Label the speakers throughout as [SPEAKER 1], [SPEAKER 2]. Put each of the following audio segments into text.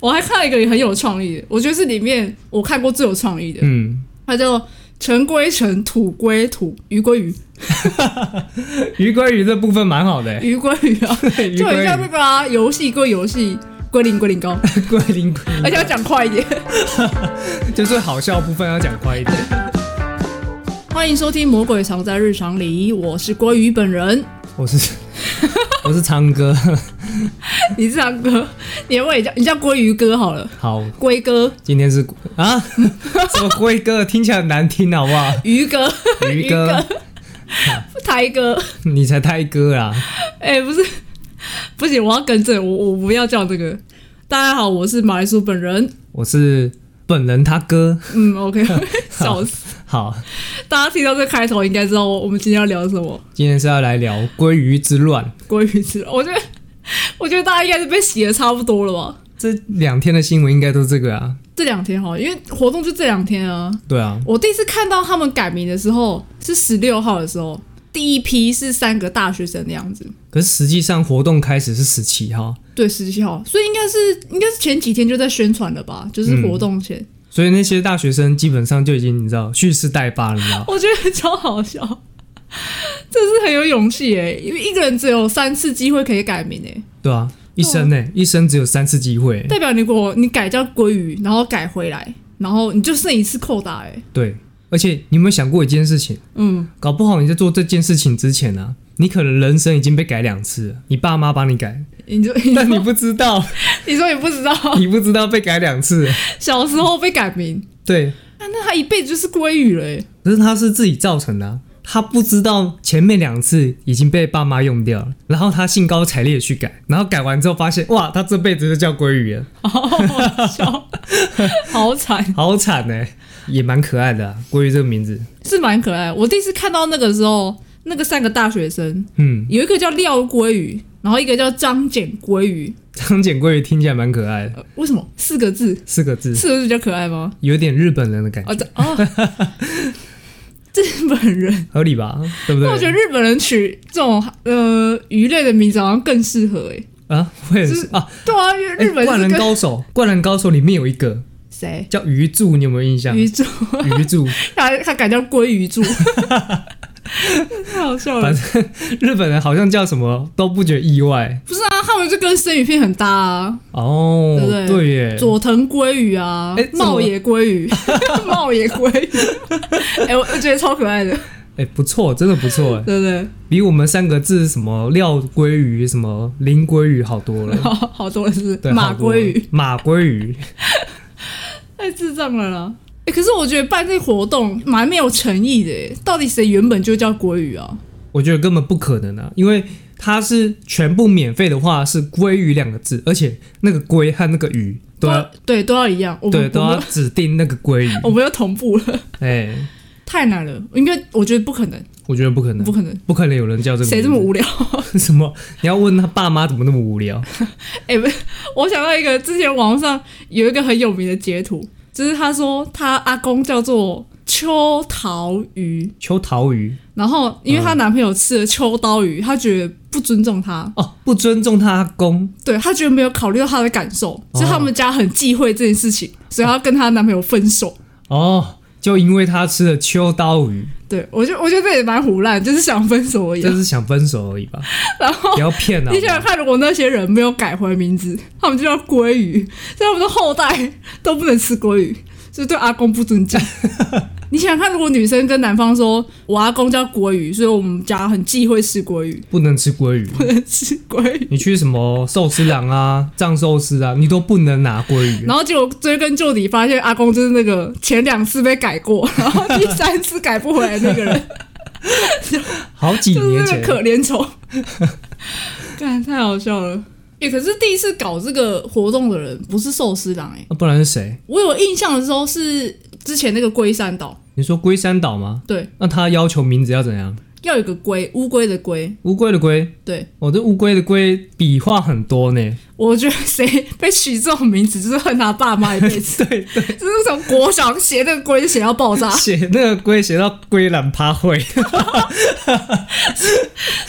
[SPEAKER 1] 我还看到一个也很有创意的，我觉得是里面我看过最有创意的，
[SPEAKER 2] 嗯，
[SPEAKER 1] 它叫“尘归尘，土归土，鱼归鱼，
[SPEAKER 2] 鱼归鱼这部分蛮好的、欸，
[SPEAKER 1] 鱼归鱼啊”，
[SPEAKER 2] 鱼
[SPEAKER 1] 就很
[SPEAKER 2] 归
[SPEAKER 1] 像那
[SPEAKER 2] 鱼，
[SPEAKER 1] 个啊，游戏归游戏，归零归零高，
[SPEAKER 2] 归零归
[SPEAKER 1] 而且
[SPEAKER 2] 零，
[SPEAKER 1] 要讲快一点。
[SPEAKER 2] 就是好笑部分要讲快一点。
[SPEAKER 1] 欢迎收听《魔鬼藏在日常里》，我是鲑鱼本人，
[SPEAKER 2] 我是我是昌哥，
[SPEAKER 1] 你是唱哥，你我也叫你叫鲑鱼哥好了，
[SPEAKER 2] 好，
[SPEAKER 1] 龟哥、
[SPEAKER 2] 今天是啊， 什么辉哥听起来很难听好不好？
[SPEAKER 1] 鱼哥、
[SPEAKER 2] 鱼哥，
[SPEAKER 1] 台哥，
[SPEAKER 2] 你才太哥啊啦！
[SPEAKER 1] 哎、不是，不行，我要更正，我我不要叫这个。大家好，我是马来叔本人，
[SPEAKER 2] 我是本人他哥，
[SPEAKER 1] 嗯，OK，, 笑死！
[SPEAKER 2] 好，
[SPEAKER 1] 大家听到这开头应该知道我我们今天要聊什么，
[SPEAKER 2] 今天是要来聊鲑鱼之乱。
[SPEAKER 1] 鲑鱼之乱。我觉得，我觉得大家应该是被洗的差不多了吧？
[SPEAKER 2] 这两天的新闻应该都这个啊，
[SPEAKER 1] 这两天哈，因为活动就这两天啊。
[SPEAKER 2] 对啊，
[SPEAKER 1] 我第一次看到他们改名的时候是十六号的时候，第一批是三个大学生的样子，
[SPEAKER 2] 可是实际上活动开始是十七号，
[SPEAKER 1] 对，十七号，所以应该是应该是前几天就在宣传了吧，就是活动前，
[SPEAKER 2] 所以那些大学生基本上就已经你知道蓄势待发了，你知道？
[SPEAKER 1] 我觉得超好笑， 这是很有勇气诶，因为一个人只有三次机会可以改名诶，
[SPEAKER 2] 对啊，一生呢、一生只有三次机会、欸
[SPEAKER 1] 代表你如果你改叫鲑鱼，然后改回来，然后你就剩一次扣打欸诶，
[SPEAKER 2] 对，而且你有没有想过一件事情？
[SPEAKER 1] 嗯，
[SPEAKER 2] 搞不好你在做这件事情之前呢、啊，你可能人生已经被改两次了，你爸妈帮你 改，
[SPEAKER 1] 你就你
[SPEAKER 2] 但你不知 道，
[SPEAKER 1] 你说你不知道，
[SPEAKER 2] 你不知道被改两次，
[SPEAKER 1] 小时候被改名，
[SPEAKER 2] 对，
[SPEAKER 1] 那、那他一辈子就是鲑鱼了诶，
[SPEAKER 2] 可是他是自己造成的啊、他不知道前面两次已经被爸妈用掉了，然后他兴高采烈地去改，然后改完之后发现，哇，他这辈子就叫鲑鱼了，
[SPEAKER 1] 好好笑，好惨。
[SPEAKER 2] 好惨哎、也蛮可爱的、啊，鲑鱼这个名字，
[SPEAKER 1] 是蛮可爱的。我第一次看到那个时候，那个三个大学生，
[SPEAKER 2] 嗯，
[SPEAKER 1] 有一个叫廖鲑鱼，然后一个叫张简鲑鱼、
[SPEAKER 2] 张简鲑鱼听起来蛮可爱的，
[SPEAKER 1] 呃为什么四个字？
[SPEAKER 2] 四个字，
[SPEAKER 1] 四个字比较可爱吗？
[SPEAKER 2] 有点日本人的感觉，
[SPEAKER 1] 啊，这啊，日本人。
[SPEAKER 2] 合理吧？对不
[SPEAKER 1] 那我觉得
[SPEAKER 2] 对？
[SPEAKER 1] 日本人取这种呃鱼类的名字好像更适合欸诶。
[SPEAKER 2] 啊，我也
[SPEAKER 1] 就是
[SPEAKER 2] 是啊，
[SPEAKER 1] 对啊，因为
[SPEAKER 2] 哎
[SPEAKER 1] 日本
[SPEAKER 2] 灌
[SPEAKER 1] 是
[SPEAKER 2] 篮
[SPEAKER 1] 跟
[SPEAKER 2] 高手》《灌篮高手》里面有一个
[SPEAKER 1] 谁
[SPEAKER 2] 叫鱼柱，你有没有印象？
[SPEAKER 1] 鱼柱，
[SPEAKER 2] 鱼 柱，
[SPEAKER 1] 他他改叫鲑鱼 柱，太好笑了
[SPEAKER 2] 反。日本人好像叫什么都不觉得意外
[SPEAKER 1] 不是啊，他们就跟生鱼片很搭啊。
[SPEAKER 2] 哦，
[SPEAKER 1] 对不对
[SPEAKER 2] 对耶，
[SPEAKER 1] 佐藤鲑鱼啊
[SPEAKER 2] 诶，怎么
[SPEAKER 1] 茂野鲑 鱼，茂野鲑鱼，哎、我我觉得超可爱的，
[SPEAKER 2] 哎、不错，真的不错，哎，
[SPEAKER 1] 对不对？
[SPEAKER 2] 比我们三个字什么廖鲑鱼、什么林鲑鱼好多 了。
[SPEAKER 1] 好好多人是
[SPEAKER 2] 对，
[SPEAKER 1] 马
[SPEAKER 2] 好多
[SPEAKER 1] 鲑
[SPEAKER 2] 了
[SPEAKER 1] 鱼，，
[SPEAKER 2] 马鲑鱼，
[SPEAKER 1] 太智障了啦！哎、可是我觉得办这个活动蛮没有诚意的耶，到底谁原本就叫鲑鱼啊？
[SPEAKER 2] 我觉得根本不可能啊，因为它是全部免费的话是“鲑鱼”两个字，而且那个“鲑”和那个“鱼”都要
[SPEAKER 1] 对都要一样，我
[SPEAKER 2] 啊对
[SPEAKER 1] 们
[SPEAKER 2] 都
[SPEAKER 1] 我
[SPEAKER 2] 要
[SPEAKER 1] 们
[SPEAKER 2] 指定那个“鲑鱼
[SPEAKER 1] 我们又同步了，”。
[SPEAKER 2] 哎，
[SPEAKER 1] 太难了，应该我觉得不可能，
[SPEAKER 2] 我觉得不可能
[SPEAKER 1] 不，可能，
[SPEAKER 2] 不可能有人叫这个名字。
[SPEAKER 1] 谁这么无聊？
[SPEAKER 2] 什么？你要问他爸妈怎么那么无聊？
[SPEAKER 1] 哎、不是，我想到一个，之前网上有一个很有名的截图，就是他说他阿公叫做秋桃鱼，
[SPEAKER 2] 秋桃鱼
[SPEAKER 1] 然后因
[SPEAKER 2] 嗯
[SPEAKER 1] 为她男朋友吃了秋刀鱼，她觉得不尊重他，
[SPEAKER 2] 哦，不尊重他阿公，
[SPEAKER 1] 对她觉得没有考虑到她的感受，所以
[SPEAKER 2] 哦
[SPEAKER 1] 他们家很忌讳这件事情，所以她跟她男朋友分手。
[SPEAKER 2] 哦，就因为他吃了秋刀鱼，
[SPEAKER 1] 对我觉得我觉得这也蛮胡乱，就是想分手而已啊。
[SPEAKER 2] 就是想分手而已吧。
[SPEAKER 1] 然后
[SPEAKER 2] 不要骗啊！
[SPEAKER 1] 你想想看，如果那些人没有改回名字， 他们就叫鲑鱼，所以他们的后代都不能吃鲑鱼，所以对阿公不尊 敬。你想想看，如果女生跟男方说“我阿公叫鲑鱼，所以我们家很忌讳吃鲑鱼，
[SPEAKER 2] 不能吃鲑鱼。
[SPEAKER 1] 不能吃鲑鱼”，
[SPEAKER 2] 你去什么寿司郎啊、藏寿司啊，你都不能拿鲑鱼。
[SPEAKER 1] 然后结果追根究底，发现阿公就是那个前两次被改过， 然后第三次改不回来那个 人，
[SPEAKER 2] 好几
[SPEAKER 1] 就是
[SPEAKER 2] 年
[SPEAKER 1] 那
[SPEAKER 2] 前
[SPEAKER 1] 个，可怜 虫。干，太好笑了。哎、可是第一次搞这个活动的人不是寿司郎哎、
[SPEAKER 2] 啊不然是谁？
[SPEAKER 1] 我有印象的时候是之前那个龟山岛，
[SPEAKER 2] 你说龟山岛吗？
[SPEAKER 1] 对，
[SPEAKER 2] 那他要求名字要怎样？
[SPEAKER 1] 要有一个龟，乌龟的龟，
[SPEAKER 2] 乌龟的龟，
[SPEAKER 1] 对。
[SPEAKER 2] 我、哦这乌龟的龟笔画很 多呢。
[SPEAKER 1] 我觉得谁被取这种名字，就是恨他爸妈一辈 子。对对，就是从国小写那个龟写到爆炸，
[SPEAKER 2] 写那个龟写到龟懒趴会，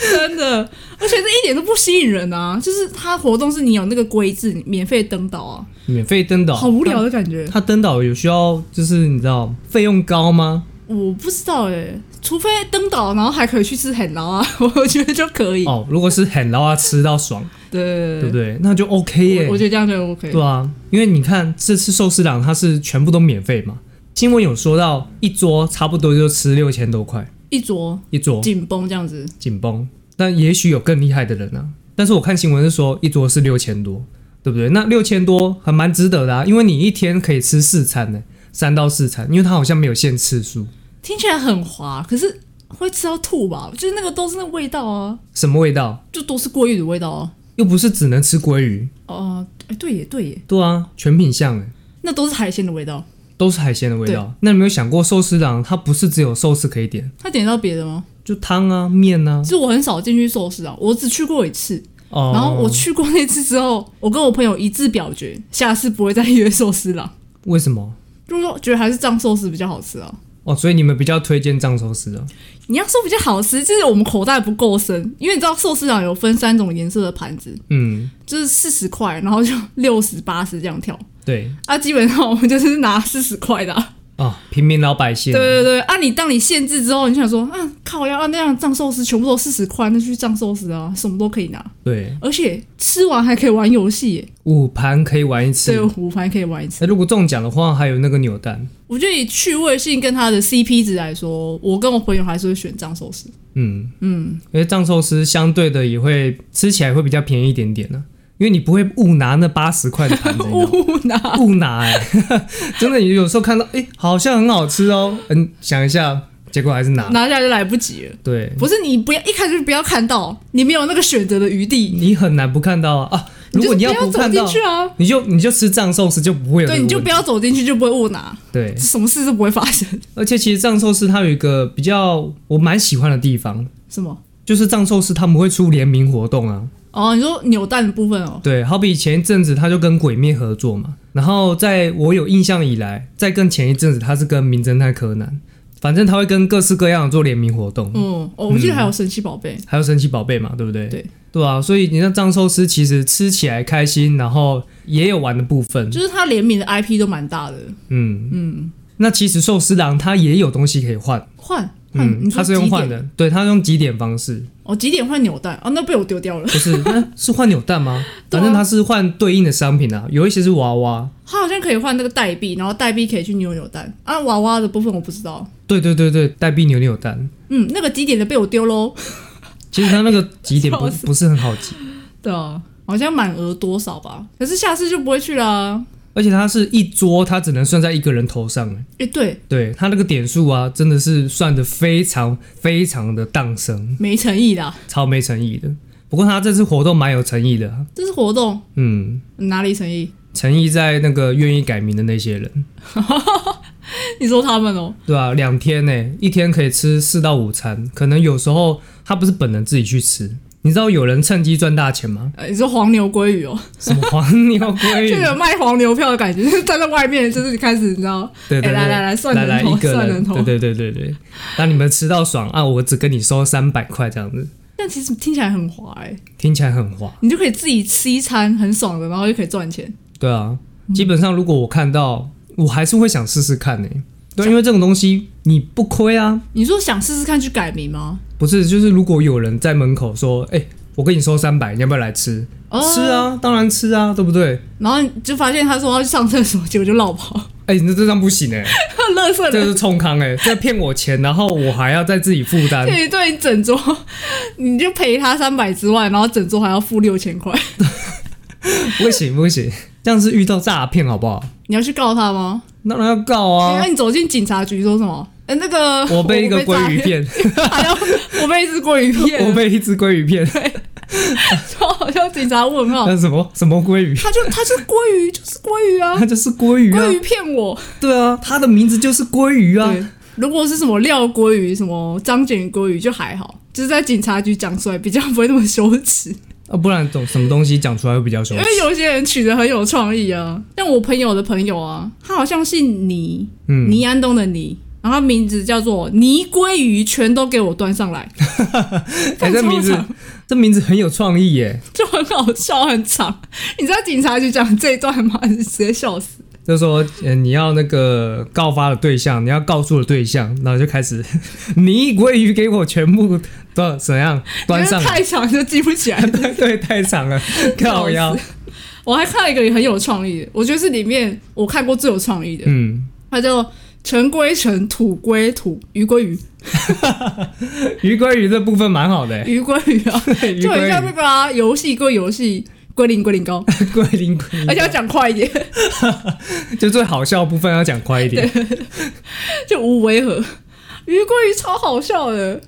[SPEAKER 1] 真的。而而且这一点都不吸引人啊！就是它活动是你有那个规制，你免费登岛啊，
[SPEAKER 2] 免费登岛，
[SPEAKER 1] 好无聊的感觉
[SPEAKER 2] 那。。他登岛有需要，就是你知道费用高吗？
[SPEAKER 1] 我不知道哎、除非登岛，然后还可以去吃海捞啊， 我觉得就可以。
[SPEAKER 2] 哦，如果是很捞啊，吃到爽，
[SPEAKER 1] 对
[SPEAKER 2] 对不对？那就 OK 耶、
[SPEAKER 1] 我我觉得这样就 OK。
[SPEAKER 2] 对啊，因为你看这次寿司郎它是全部都免费嘛，新闻有说到一桌差不多就吃六千多块
[SPEAKER 1] 一桌
[SPEAKER 2] 一桌
[SPEAKER 1] 紧绷这样子，
[SPEAKER 2] 紧绷，但也许有更厉害的人啊。但是我看新闻是说一桌是六千多，对不对？那六千多还蛮值得的啊，因为你一天可以吃四餐呢、三到四餐，因为它好像没有限次数。
[SPEAKER 1] 听起来很滑，可是会吃到吐吧？就是那个都是那味道啊，
[SPEAKER 2] 什么味道？
[SPEAKER 1] 就都是过鱼的味道啊。
[SPEAKER 2] 又不是只能吃鲑鱼，
[SPEAKER 1] 哦、哎，对耶，对耶，
[SPEAKER 2] 对啊，全品相哎、
[SPEAKER 1] 那都是海鲜的味道。
[SPEAKER 2] 都是海鲜的味道。那你有没有想过寿司郎它不是只有寿司可以点，
[SPEAKER 1] 他点到别的吗？
[SPEAKER 2] 就汤啊、面啊？
[SPEAKER 1] 其实我很少进去寿司啊，我只去过一次。
[SPEAKER 2] 哦，
[SPEAKER 1] 然后我去过那次之后，我跟我朋友一致表决，下次不会再约寿司郎，
[SPEAKER 2] 为什么？
[SPEAKER 1] 就是说觉得还是藏寿司比较好吃啊。
[SPEAKER 2] 哦，所以你们比较推荐藏寿司的，
[SPEAKER 1] 你要说比较好吃，就是我们口袋不够深，因为你知道寿司郎啊有分三种颜色的盘子，
[SPEAKER 2] 嗯，
[SPEAKER 1] 就是四十块，然后就六十、八十这样跳
[SPEAKER 2] 对
[SPEAKER 1] 啊。基本上我们就是拿四十块的啊、
[SPEAKER 2] 啊、平民老百姓，
[SPEAKER 1] 对对对，啊，你当你限制之后，你想说啊，靠要啊那样藏寿司全部都四十块，那就去藏寿司啊，什么都可以拿，
[SPEAKER 2] 对，
[SPEAKER 1] 而且吃完还可以玩游戏耶，
[SPEAKER 2] 五盘可以玩一
[SPEAKER 1] 所以
[SPEAKER 2] 次。
[SPEAKER 1] 我反正可以玩一次。
[SPEAKER 2] 那如果中奖的话，还有那个扭蛋，
[SPEAKER 1] 我觉得以趣味性跟它的 CP 值来说，我跟我朋友还是会选藏寿司。
[SPEAKER 2] 嗯嗯，因为藏寿司相对的也会吃起来会比较便宜一点点呢、因为你不会误拿那八十块的盘子，你
[SPEAKER 1] 不
[SPEAKER 2] 知道吗
[SPEAKER 1] 拿，
[SPEAKER 2] 误拿、欸， 真的，你有时候看到，哎、好像很好吃哦，嗯，想一下，结果还是拿，
[SPEAKER 1] 拿下来就来不及了。
[SPEAKER 2] 对
[SPEAKER 1] 不是你不要一开始就不要看到，你没有那个选择的余地，
[SPEAKER 2] 你很难不看到啊。啊如
[SPEAKER 1] 就
[SPEAKER 2] 果
[SPEAKER 1] 是
[SPEAKER 2] 你
[SPEAKER 1] 不
[SPEAKER 2] 不
[SPEAKER 1] 走
[SPEAKER 2] 看
[SPEAKER 1] 进
[SPEAKER 2] 到，
[SPEAKER 1] 去啊。
[SPEAKER 2] 你就你就吃藏寿司就不会有这
[SPEAKER 1] 对，
[SPEAKER 2] 个
[SPEAKER 1] 你就
[SPEAKER 2] 问
[SPEAKER 1] 不
[SPEAKER 2] 题
[SPEAKER 1] 要走进去，就不会误拿，
[SPEAKER 2] 对，
[SPEAKER 1] 什么事都不会发生。
[SPEAKER 2] 而且其实藏寿司它有一个比较我蛮喜欢的地方，
[SPEAKER 1] 什么？
[SPEAKER 2] 就是藏寿司他们会出联名活动啊。
[SPEAKER 1] 哦，你说扭蛋的部分哦，
[SPEAKER 2] 对，好比前一阵子他就跟鬼灭合作嘛，然后在我有印象以来，在更前一阵子他是跟名侦探柯南，反正他会跟各式各样的做联名活动。
[SPEAKER 1] 嗯，哦，我记得还有神奇宝贝，
[SPEAKER 2] 还有神奇宝贝嘛，对不对？
[SPEAKER 1] 对，
[SPEAKER 2] 对啊，所以你那藏寿司其实吃起来开心，然后也有玩的部分。
[SPEAKER 1] 就是它联名的 IP 都蛮大的。
[SPEAKER 2] 嗯嗯，那其实寿司郎它也有东西可以换，
[SPEAKER 1] 换换，
[SPEAKER 2] 嗯，
[SPEAKER 1] 你
[SPEAKER 2] 它
[SPEAKER 1] 说几
[SPEAKER 2] 是用
[SPEAKER 1] 点？
[SPEAKER 2] 换的，对，它是用几点方式，
[SPEAKER 1] 哦，几点换扭蛋？哦，那被我丢掉了。
[SPEAKER 2] 不是，那是换扭蛋吗？
[SPEAKER 1] 对啊
[SPEAKER 2] 反正它是换对应的商品啊，有一些是娃娃，
[SPEAKER 1] 它好像可以换那个代币，然后代币可以去扭扭蛋。啊，娃娃的部分我不知道。
[SPEAKER 2] 对对对对，代币扭扭蛋。
[SPEAKER 1] 嗯，那个几点的被我丢喽。
[SPEAKER 2] 其实它那个几点不
[SPEAKER 1] 笑死
[SPEAKER 2] 不是很好记，
[SPEAKER 1] 对啊，好像满额多少吧？可是下次就不会去啦。
[SPEAKER 2] 而且它是一桌，它只能算在一个人头上欸。
[SPEAKER 1] 哎、对，
[SPEAKER 2] 对，它那个点数啊，真的是算的非常非常的当生。
[SPEAKER 1] 没诚意啦，
[SPEAKER 2] 超没诚意的。不过他这次活动蛮有诚意的啊，
[SPEAKER 1] 这是活动
[SPEAKER 2] 嗯，
[SPEAKER 1] 哪里诚意？
[SPEAKER 2] 诚意在那个愿意改名的那些人，
[SPEAKER 1] 你说他们哦、
[SPEAKER 2] 对吧、两天呢、一天可以吃四到五餐，可能有时候他不是本人自己去吃。你知道有人趁机赚大钱吗？
[SPEAKER 1] 呃，你说黄牛鲑鱼哦、
[SPEAKER 2] 什么黄牛鲑
[SPEAKER 1] 就
[SPEAKER 2] 鱼？
[SPEAKER 1] 有卖黄牛票的感觉， 就是站在外面，就是开始你知道，
[SPEAKER 2] 对对对，
[SPEAKER 1] 哎来来来算
[SPEAKER 2] 来
[SPEAKER 1] 人
[SPEAKER 2] 来
[SPEAKER 1] 头
[SPEAKER 2] 一个
[SPEAKER 1] 算人头
[SPEAKER 2] 对对对对对，让你们吃到爽啊！我只跟你收三百块这样子，
[SPEAKER 1] 但其实听起来很滑哎、
[SPEAKER 2] 听起来很划。
[SPEAKER 1] 你就可以自己吃一餐，很爽的，然后就可以赚钱。
[SPEAKER 2] 对啊，
[SPEAKER 1] 嗯
[SPEAKER 2] 基本上如果我看到，我还是会想试试看呢、对啊，因为这种东西你不亏啊，
[SPEAKER 1] 你说想试试看去改名吗？
[SPEAKER 2] 不是，就是如果有人在门口说：“哎、我跟你收三百，你要不要来吃？”
[SPEAKER 1] 哦
[SPEAKER 2] 吃啊，当然吃啊，对不对？
[SPEAKER 1] 然后你就发现他说要去上厕所，结果就落 跑，
[SPEAKER 2] 哎、你这张不行哎、
[SPEAKER 1] 乐色
[SPEAKER 2] 这
[SPEAKER 1] 人。
[SPEAKER 2] 是冲康哎、这骗我钱，然后我还要再自己负担。
[SPEAKER 1] 对对，你整桌你就赔他三百之外，然后整桌还要付六千块，
[SPEAKER 2] 不行不行，这样是遇到诈骗好不好？
[SPEAKER 1] 你要去告他吗？
[SPEAKER 2] 当然要告
[SPEAKER 1] 那、
[SPEAKER 2] 啊！
[SPEAKER 1] 你走进警察局说什么？哎、那个
[SPEAKER 2] 我被一个鲑鱼，骗，
[SPEAKER 1] 诈 还要我被一只鲑鱼
[SPEAKER 2] 我
[SPEAKER 1] 骗，
[SPEAKER 2] 被一只鲑鱼骗，
[SPEAKER 1] 超 好像警察问 号，
[SPEAKER 2] 那什么什么鲑鱼？
[SPEAKER 1] 他就他是鲑鱼，就是鲑鱼啊，
[SPEAKER 2] 它就是鲑 鱼啊
[SPEAKER 1] 鲑！鱼骗我。
[SPEAKER 2] 对啊，它的名字就是鲑鱼啊！
[SPEAKER 1] 对，如果是什么廖鲑鱼、什么张简鲑鱼就还好，就是在警察局讲出来比较不会那么羞耻，
[SPEAKER 2] 啊，不然懂什么东西讲出来会比较羞
[SPEAKER 1] 因
[SPEAKER 2] 耻
[SPEAKER 1] 为有些人取得很有创意啊。像我朋友的朋友啊，他好像姓倪，
[SPEAKER 2] 嗯
[SPEAKER 1] 倪安东的倪，然后名字叫做泥鲑鱼，全都给我端上来，
[SPEAKER 2] 哎、这名字这名字很有创意耶。
[SPEAKER 1] 就很好笑，很长。你在警察局讲这一段吗？直接笑死。
[SPEAKER 2] 就说，呃，你要那个告发的对象，你要告诉的对象，然后就开始， 你鲑鱼给我全部的怎样端上
[SPEAKER 1] 因为
[SPEAKER 2] 来？
[SPEAKER 1] 太长就记不起来。
[SPEAKER 2] 对 对，太 长了，靠腰。
[SPEAKER 1] 我还看到一个也很有创意的，我觉得是里面我看过最有创意的，
[SPEAKER 2] 嗯，
[SPEAKER 1] 它叫尘归尘，土归土，鱼归鱼，
[SPEAKER 2] 鱼鲑鱼这部分蛮好的 耶，
[SPEAKER 1] 鱼归鱼啊，
[SPEAKER 2] 鱼
[SPEAKER 1] 就很像
[SPEAKER 2] 鲑
[SPEAKER 1] 那个啊，游戏归游戏，归零归零高，
[SPEAKER 2] 鱼龟鳞鲑
[SPEAKER 1] 而且
[SPEAKER 2] 鱼，
[SPEAKER 1] 要讲快一点，
[SPEAKER 2] 就最好笑的部分要讲快一点。
[SPEAKER 1] 就无违和。鱼归鱼超好笑的，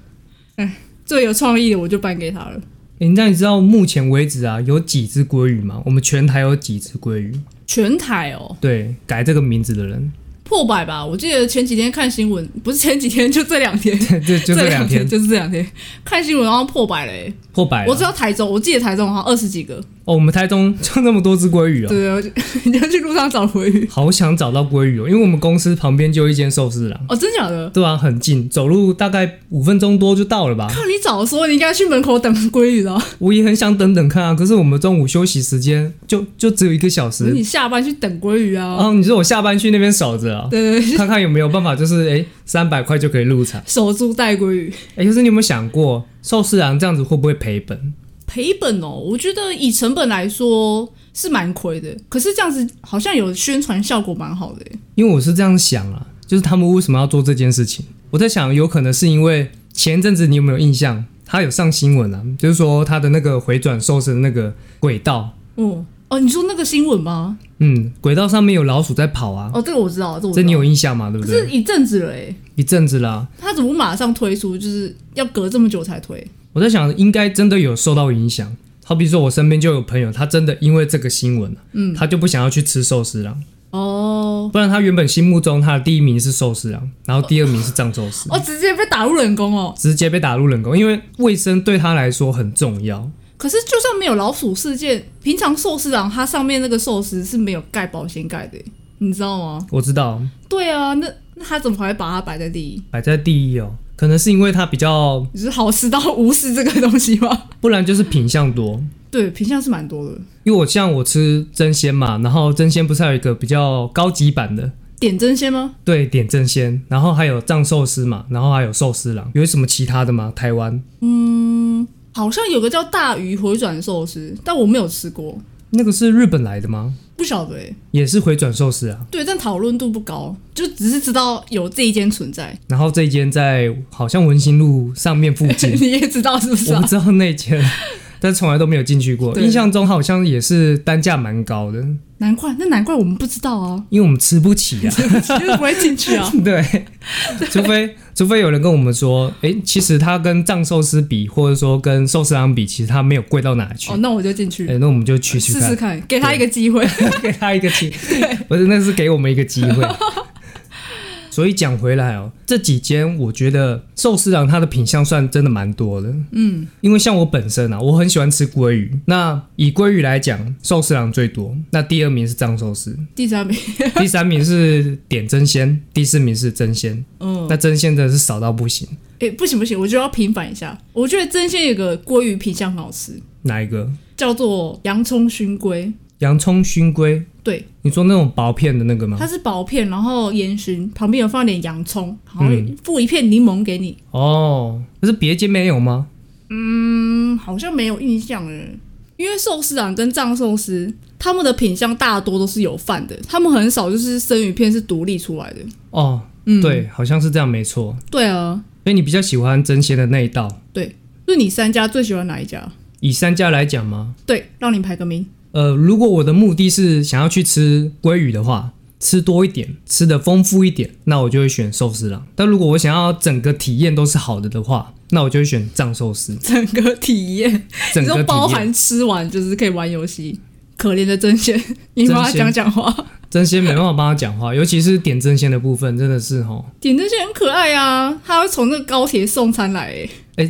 [SPEAKER 1] 哎，最有创意的我就颁给他了。
[SPEAKER 2] 诶那你知道目前为止啊，有几只鲑鱼吗？我们全台有几只鲑鱼？
[SPEAKER 1] 全台哦，
[SPEAKER 2] 对，改这个名字的人，
[SPEAKER 1] 破百吧！我记得前几天看新闻，不是前几天，就这两天，
[SPEAKER 2] 就就这两天哎
[SPEAKER 1] 就是这两天看新闻，然后破百嘞、 欸
[SPEAKER 2] 破百
[SPEAKER 1] 我知
[SPEAKER 2] 了。
[SPEAKER 1] 道台中，我记得台中好像二十几个，
[SPEAKER 2] 哦，我们台中 就那么多只鲑鱼哦。
[SPEAKER 1] 对，我就 你要去路上找回鱼。
[SPEAKER 2] 好想找到鲑鱼哦，因为我们公司旁边就有一间寿司郎，
[SPEAKER 1] 哦，真假的？
[SPEAKER 2] 对啊，很近，走路大概五分钟多就到了吧。
[SPEAKER 1] 靠，你早说，你应该去门口等鲑鱼的啊。
[SPEAKER 2] 我也很想等等看啊，可是我们中午休息时间就就只有一个小时。
[SPEAKER 1] 你下班去等鲑鱼啊。
[SPEAKER 2] 哦，你说我下班去那边守着啊，
[SPEAKER 1] 对对对，
[SPEAKER 2] 看看有没有办法，就是哎，三百块就可以入场。
[SPEAKER 1] 守株待鲑鱼，
[SPEAKER 2] 哎，可是你有没有想过，寿司郎这样子会不会赔本？
[SPEAKER 1] 赔本哦。我觉得以成本来说是蛮亏的，可是这样子好像有宣传效果蛮好的耶。
[SPEAKER 2] 因为我是这样想啊，就是他们为什么要做这件事情？我在想，有可能是因为前阵子你有没有印象，他有上新闻啊，就是说他的那个回转寿司的那个轨道。
[SPEAKER 1] 哦哦，你说那个新闻吗？
[SPEAKER 2] 嗯，轨道上面有老鼠在跑啊，
[SPEAKER 1] 哦，这个我知道，这个我知
[SPEAKER 2] 这
[SPEAKER 1] 道
[SPEAKER 2] 你有印象吗？对不
[SPEAKER 1] 可是
[SPEAKER 2] 对？
[SPEAKER 1] 一阵子了哎，
[SPEAKER 2] 一阵子啦，
[SPEAKER 1] 他怎么马上推出？就是要隔这么久才推？
[SPEAKER 2] 我在想，应该真的有受到影响。好比说，我身边就有朋友，他真的因为这个新闻，嗯，他就不想要去吃寿司郎，
[SPEAKER 1] 哦
[SPEAKER 2] 不然他原本心目中他的第一名是寿司郎，然后第二名是藏寿司，
[SPEAKER 1] 哦，直接被打入冷宫哦。
[SPEAKER 2] 直接被打入冷宫，因为卫生对他来说很重要。
[SPEAKER 1] 可是就算没有老鼠事件，平常寿司郎它上面那个寿司是没有盖保鲜盖的，你知道吗？
[SPEAKER 2] 我知道
[SPEAKER 1] 对啊，那那他怎么还会把它摆在第一？
[SPEAKER 2] 摆在第一哦，可能是因为他比较，
[SPEAKER 1] 你是好吃到无视这个东西吗？
[SPEAKER 2] 不然就是品相多，
[SPEAKER 1] 对，品相是蛮多的，
[SPEAKER 2] 因为我像我吃真鲜嘛，然后真鲜不是还有一个比较高级版的，
[SPEAKER 1] 点真鲜吗？
[SPEAKER 2] 对，点正鲜，然后还有藏寿司嘛，然后还有寿司郎，有什么其他的吗？台湾
[SPEAKER 1] 好像有个叫大鱼回转寿司，但我没有吃过，
[SPEAKER 2] 那个是日本来的吗？
[SPEAKER 1] 不晓得欸
[SPEAKER 2] 也是回转寿司啊，
[SPEAKER 1] 对，但讨论度不高，就只是知道有这一间存 在，
[SPEAKER 2] 然后这一间在好像文心路上面附 近，
[SPEAKER 1] 你也知道是不是
[SPEAKER 2] 我
[SPEAKER 1] 啊
[SPEAKER 2] 不？知道那间，但从来都没有进去过。
[SPEAKER 1] 对
[SPEAKER 2] 印象中好像也是单价蛮高的，
[SPEAKER 1] 难怪，那难怪我们不知道啊，
[SPEAKER 2] 因为我们吃不起啊。
[SPEAKER 1] 就是不会进去 啊。
[SPEAKER 2] 对，除非除非有人跟我们说，哎、其实它跟藏寿司比，或者说跟寿司郎比，其实它没有贵到哪里去。
[SPEAKER 1] 哦，那我就进去
[SPEAKER 2] 哎、那我们就去去
[SPEAKER 1] 试
[SPEAKER 2] 看
[SPEAKER 1] 试。看，给他一个机会。
[SPEAKER 2] 给他一个机， 不是，那是给我们一个机 会。所以讲回来哦，这几间我觉得寿司郎它的品相算真的蛮多的。嗯，因为像我本身啊，我很喜欢吃鲑鱼。那以鲑鱼来讲，寿司郎最多，那第二名是藏寿司，
[SPEAKER 1] 第三名，
[SPEAKER 2] 第三名是点真鲜，第四名是真鲜。
[SPEAKER 1] 嗯，
[SPEAKER 2] 那真鲜真的是少到不行，
[SPEAKER 1] 哎、不行不行，我就要平反一下。我觉得真鲜有个鲑鱼品相很好吃，
[SPEAKER 2] 哪一个？
[SPEAKER 1] 叫做洋葱熏鲑，
[SPEAKER 2] 洋葱熏鲑，
[SPEAKER 1] 对，
[SPEAKER 2] 你说那种薄片的那个吗？
[SPEAKER 1] 它是薄片，然后烟熏，旁边有放点洋葱，然后
[SPEAKER 2] 嗯
[SPEAKER 1] 附一片柠檬给你。
[SPEAKER 2] 哦，可是别间没有吗？
[SPEAKER 1] 嗯，好像没有印象了，因为寿司郎跟藏寿司他们的品相大多都是有饭的，他们很少就是生鱼片是独立出来的。
[SPEAKER 2] 哦，
[SPEAKER 1] 嗯，
[SPEAKER 2] 对，好像是这样，没错。
[SPEAKER 1] 对啊，
[SPEAKER 2] 所以你比较喜欢真鲜的那一道？
[SPEAKER 1] 那你三家最喜欢哪一家？
[SPEAKER 2] 以三家来讲吗？
[SPEAKER 1] 对，让你排个名。。
[SPEAKER 2] 呃，如果我的目的是想要去吃鲑鱼的话，吃多一点，吃的丰富一点，那我就会选寿司郎。但如果我想要整个体验都是好的的话，那我就会选藏寿司
[SPEAKER 1] 整个体验，
[SPEAKER 2] 整
[SPEAKER 1] 你
[SPEAKER 2] 个
[SPEAKER 1] 说
[SPEAKER 2] 体
[SPEAKER 1] 包
[SPEAKER 2] 验
[SPEAKER 1] 含吃完就是可以玩游戏。可怜的真仙， 你帮他讲讲话。
[SPEAKER 2] 真鲜没办法帮他讲话，尤其是点真鲜的部分，真的是哦。
[SPEAKER 1] 点真仙很可爱啊，他会从那个高铁送餐来、欸，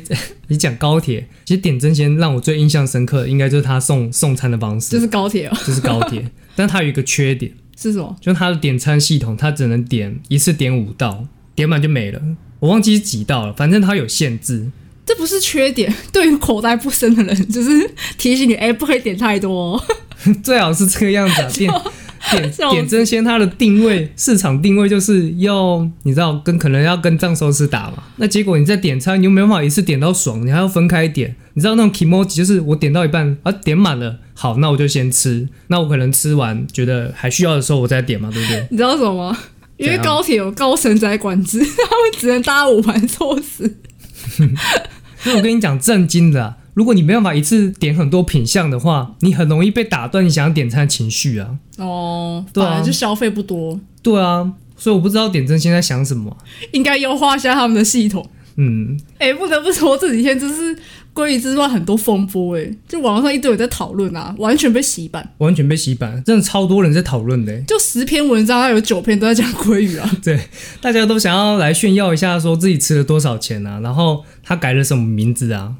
[SPEAKER 2] 你讲高铁，其实点真鲜让我最印象深刻的，应该就是他送送餐的方式，
[SPEAKER 1] 就是高铁哦、
[SPEAKER 2] 就是高铁。 但它有一个缺点，
[SPEAKER 1] 是什么？
[SPEAKER 2] 就是它的点餐系统，它只能点一次点五道，点满就没了。我忘记是几道了，反正它有限制。
[SPEAKER 1] 这不是缺点， 对于口袋不深的人，就是提醒你，哎、不可以点太多、 哦。
[SPEAKER 2] 最好是这个样子 啊，点点
[SPEAKER 1] 笑死
[SPEAKER 2] 点真鲜，它的定位市场定位就是要你知道跟可能要跟藏寿司打嘛，那结果你在点餐，你又没办法一次点到爽，你还要分开点，你知道那种 emoji 就是我点到一半啊点满了，好那我就先吃，那我可能吃完觉得还需要的时候我再点嘛，对不 对？
[SPEAKER 1] 你知道什么吗？因为
[SPEAKER 2] 怎样
[SPEAKER 1] 高铁有高神仔管制， 他们只能搭五盘寿司。
[SPEAKER 2] 那我跟你讲正经的、啊，如果你没办法一次点很多品相的话，你很容易被打断你想要点餐的情绪啊。
[SPEAKER 1] 哦，
[SPEAKER 2] 对啊
[SPEAKER 1] 反正就消费不多，
[SPEAKER 2] 对啊，所以我不知道点真现在想什么啊。
[SPEAKER 1] 应该优化一下他们的系统。
[SPEAKER 2] 嗯，
[SPEAKER 1] 哎、不得不说，这几天真是关于之乱很多风波、哎，就网络上一堆人在讨论啊，完全被洗版。
[SPEAKER 2] 完全被洗版，真的超多人在讨论的欸。
[SPEAKER 1] 就十篇文章，它有九篇都在讲鲑鱼啊。
[SPEAKER 2] 对，大家都想要来炫耀一下，说自己吃了多少钱啊，然后他改了什么名字啊？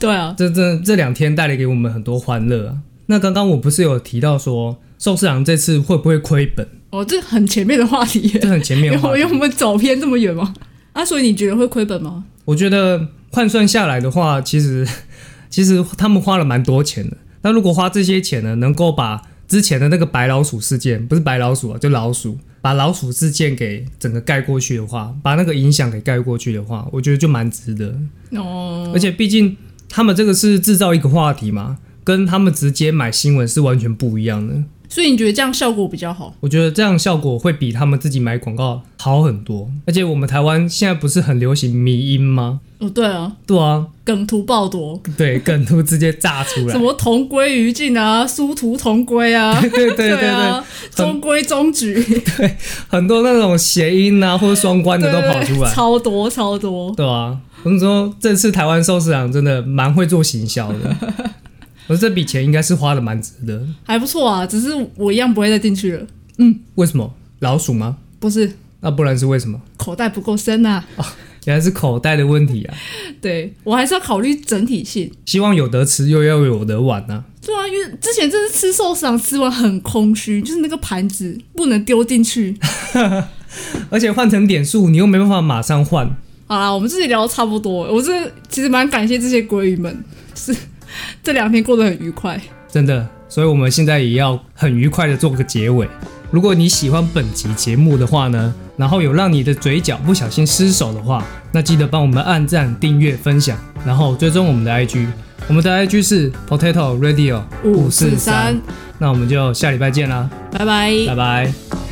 [SPEAKER 1] 对啊，
[SPEAKER 2] 这这这两天带来给我们很多欢乐啊。那刚刚我不是有提到说，寿司郎这次会不会亏本？
[SPEAKER 1] 哦，这很前面的话题耶，
[SPEAKER 2] 这很前
[SPEAKER 1] 因
[SPEAKER 2] 面
[SPEAKER 1] 为
[SPEAKER 2] 的话
[SPEAKER 1] 我
[SPEAKER 2] 题
[SPEAKER 1] 因为我们走偏这么远嘛。啊，所以你觉得会亏本吗？
[SPEAKER 2] 我觉得换算下来的话，其实 其实他们花了蛮多钱的。那如果花这些钱呢，能够把之前的那个白老鼠事件，不是白老鼠啊，就老鼠，把老鼠事件给整个盖过去的话，把那个影响给盖过去的话，我觉得就蛮值得。
[SPEAKER 1] 哦，
[SPEAKER 2] 而且毕竟他们这个是制造一个话题嘛，跟他们直接买新闻是完全不一样的。
[SPEAKER 1] 所以你觉得这样效果比较好？
[SPEAKER 2] 我觉得这样效果会比他们自己买广告好很多。而且我们台湾现在不是很流行迷音吗？
[SPEAKER 1] 哦，对啊，
[SPEAKER 2] 对啊，
[SPEAKER 1] 梗图爆多，
[SPEAKER 2] 对，梗图直接炸出来
[SPEAKER 1] 什。么同归于尽啊，殊途同归啊，
[SPEAKER 2] 对 对对对，
[SPEAKER 1] 啊，中规中矩，
[SPEAKER 2] 很多那种谐音啊或者双关的
[SPEAKER 1] 对
[SPEAKER 2] 都
[SPEAKER 1] 对
[SPEAKER 2] 跑出来，
[SPEAKER 1] 超多超多。
[SPEAKER 2] 对啊，我跟你说，这次台湾寿司郎真的蛮会做行销 的，我这笔钱应该是花的蛮值得。
[SPEAKER 1] 还不错啊，只是我一样不会再进去了。
[SPEAKER 2] 为什么？老鼠吗？
[SPEAKER 1] 不是
[SPEAKER 2] 那不然是为什么？
[SPEAKER 1] 口袋不够深啊，
[SPEAKER 2] 原来是口袋的问题啊！
[SPEAKER 1] 对我还是要考虑整体性。
[SPEAKER 2] 希望有得吃，又要有得玩啊！
[SPEAKER 1] 对啊，因为之前真是吃寿司郎啊吃完很空虚，就是那个盘子不能丢进去。
[SPEAKER 2] 而且换成点数，你又没办法马上换。
[SPEAKER 1] 好啦，我们这里聊的差不多了，我这其实蛮感谢这些鲑鱼们，是这两天过得很愉快。
[SPEAKER 2] 真的，所以我们现在也要很愉快的做个结尾。如果你喜欢本集节目的话呢，然后有让你的嘴角不小心失手的话，那记得帮我们按赞、订阅、分享，然后追踪我们的 IG。我们的 IG 是 Potato Radio
[SPEAKER 1] 五四三，
[SPEAKER 2] 那我们就下礼拜见啦，
[SPEAKER 1] 拜拜。
[SPEAKER 2] 拜拜。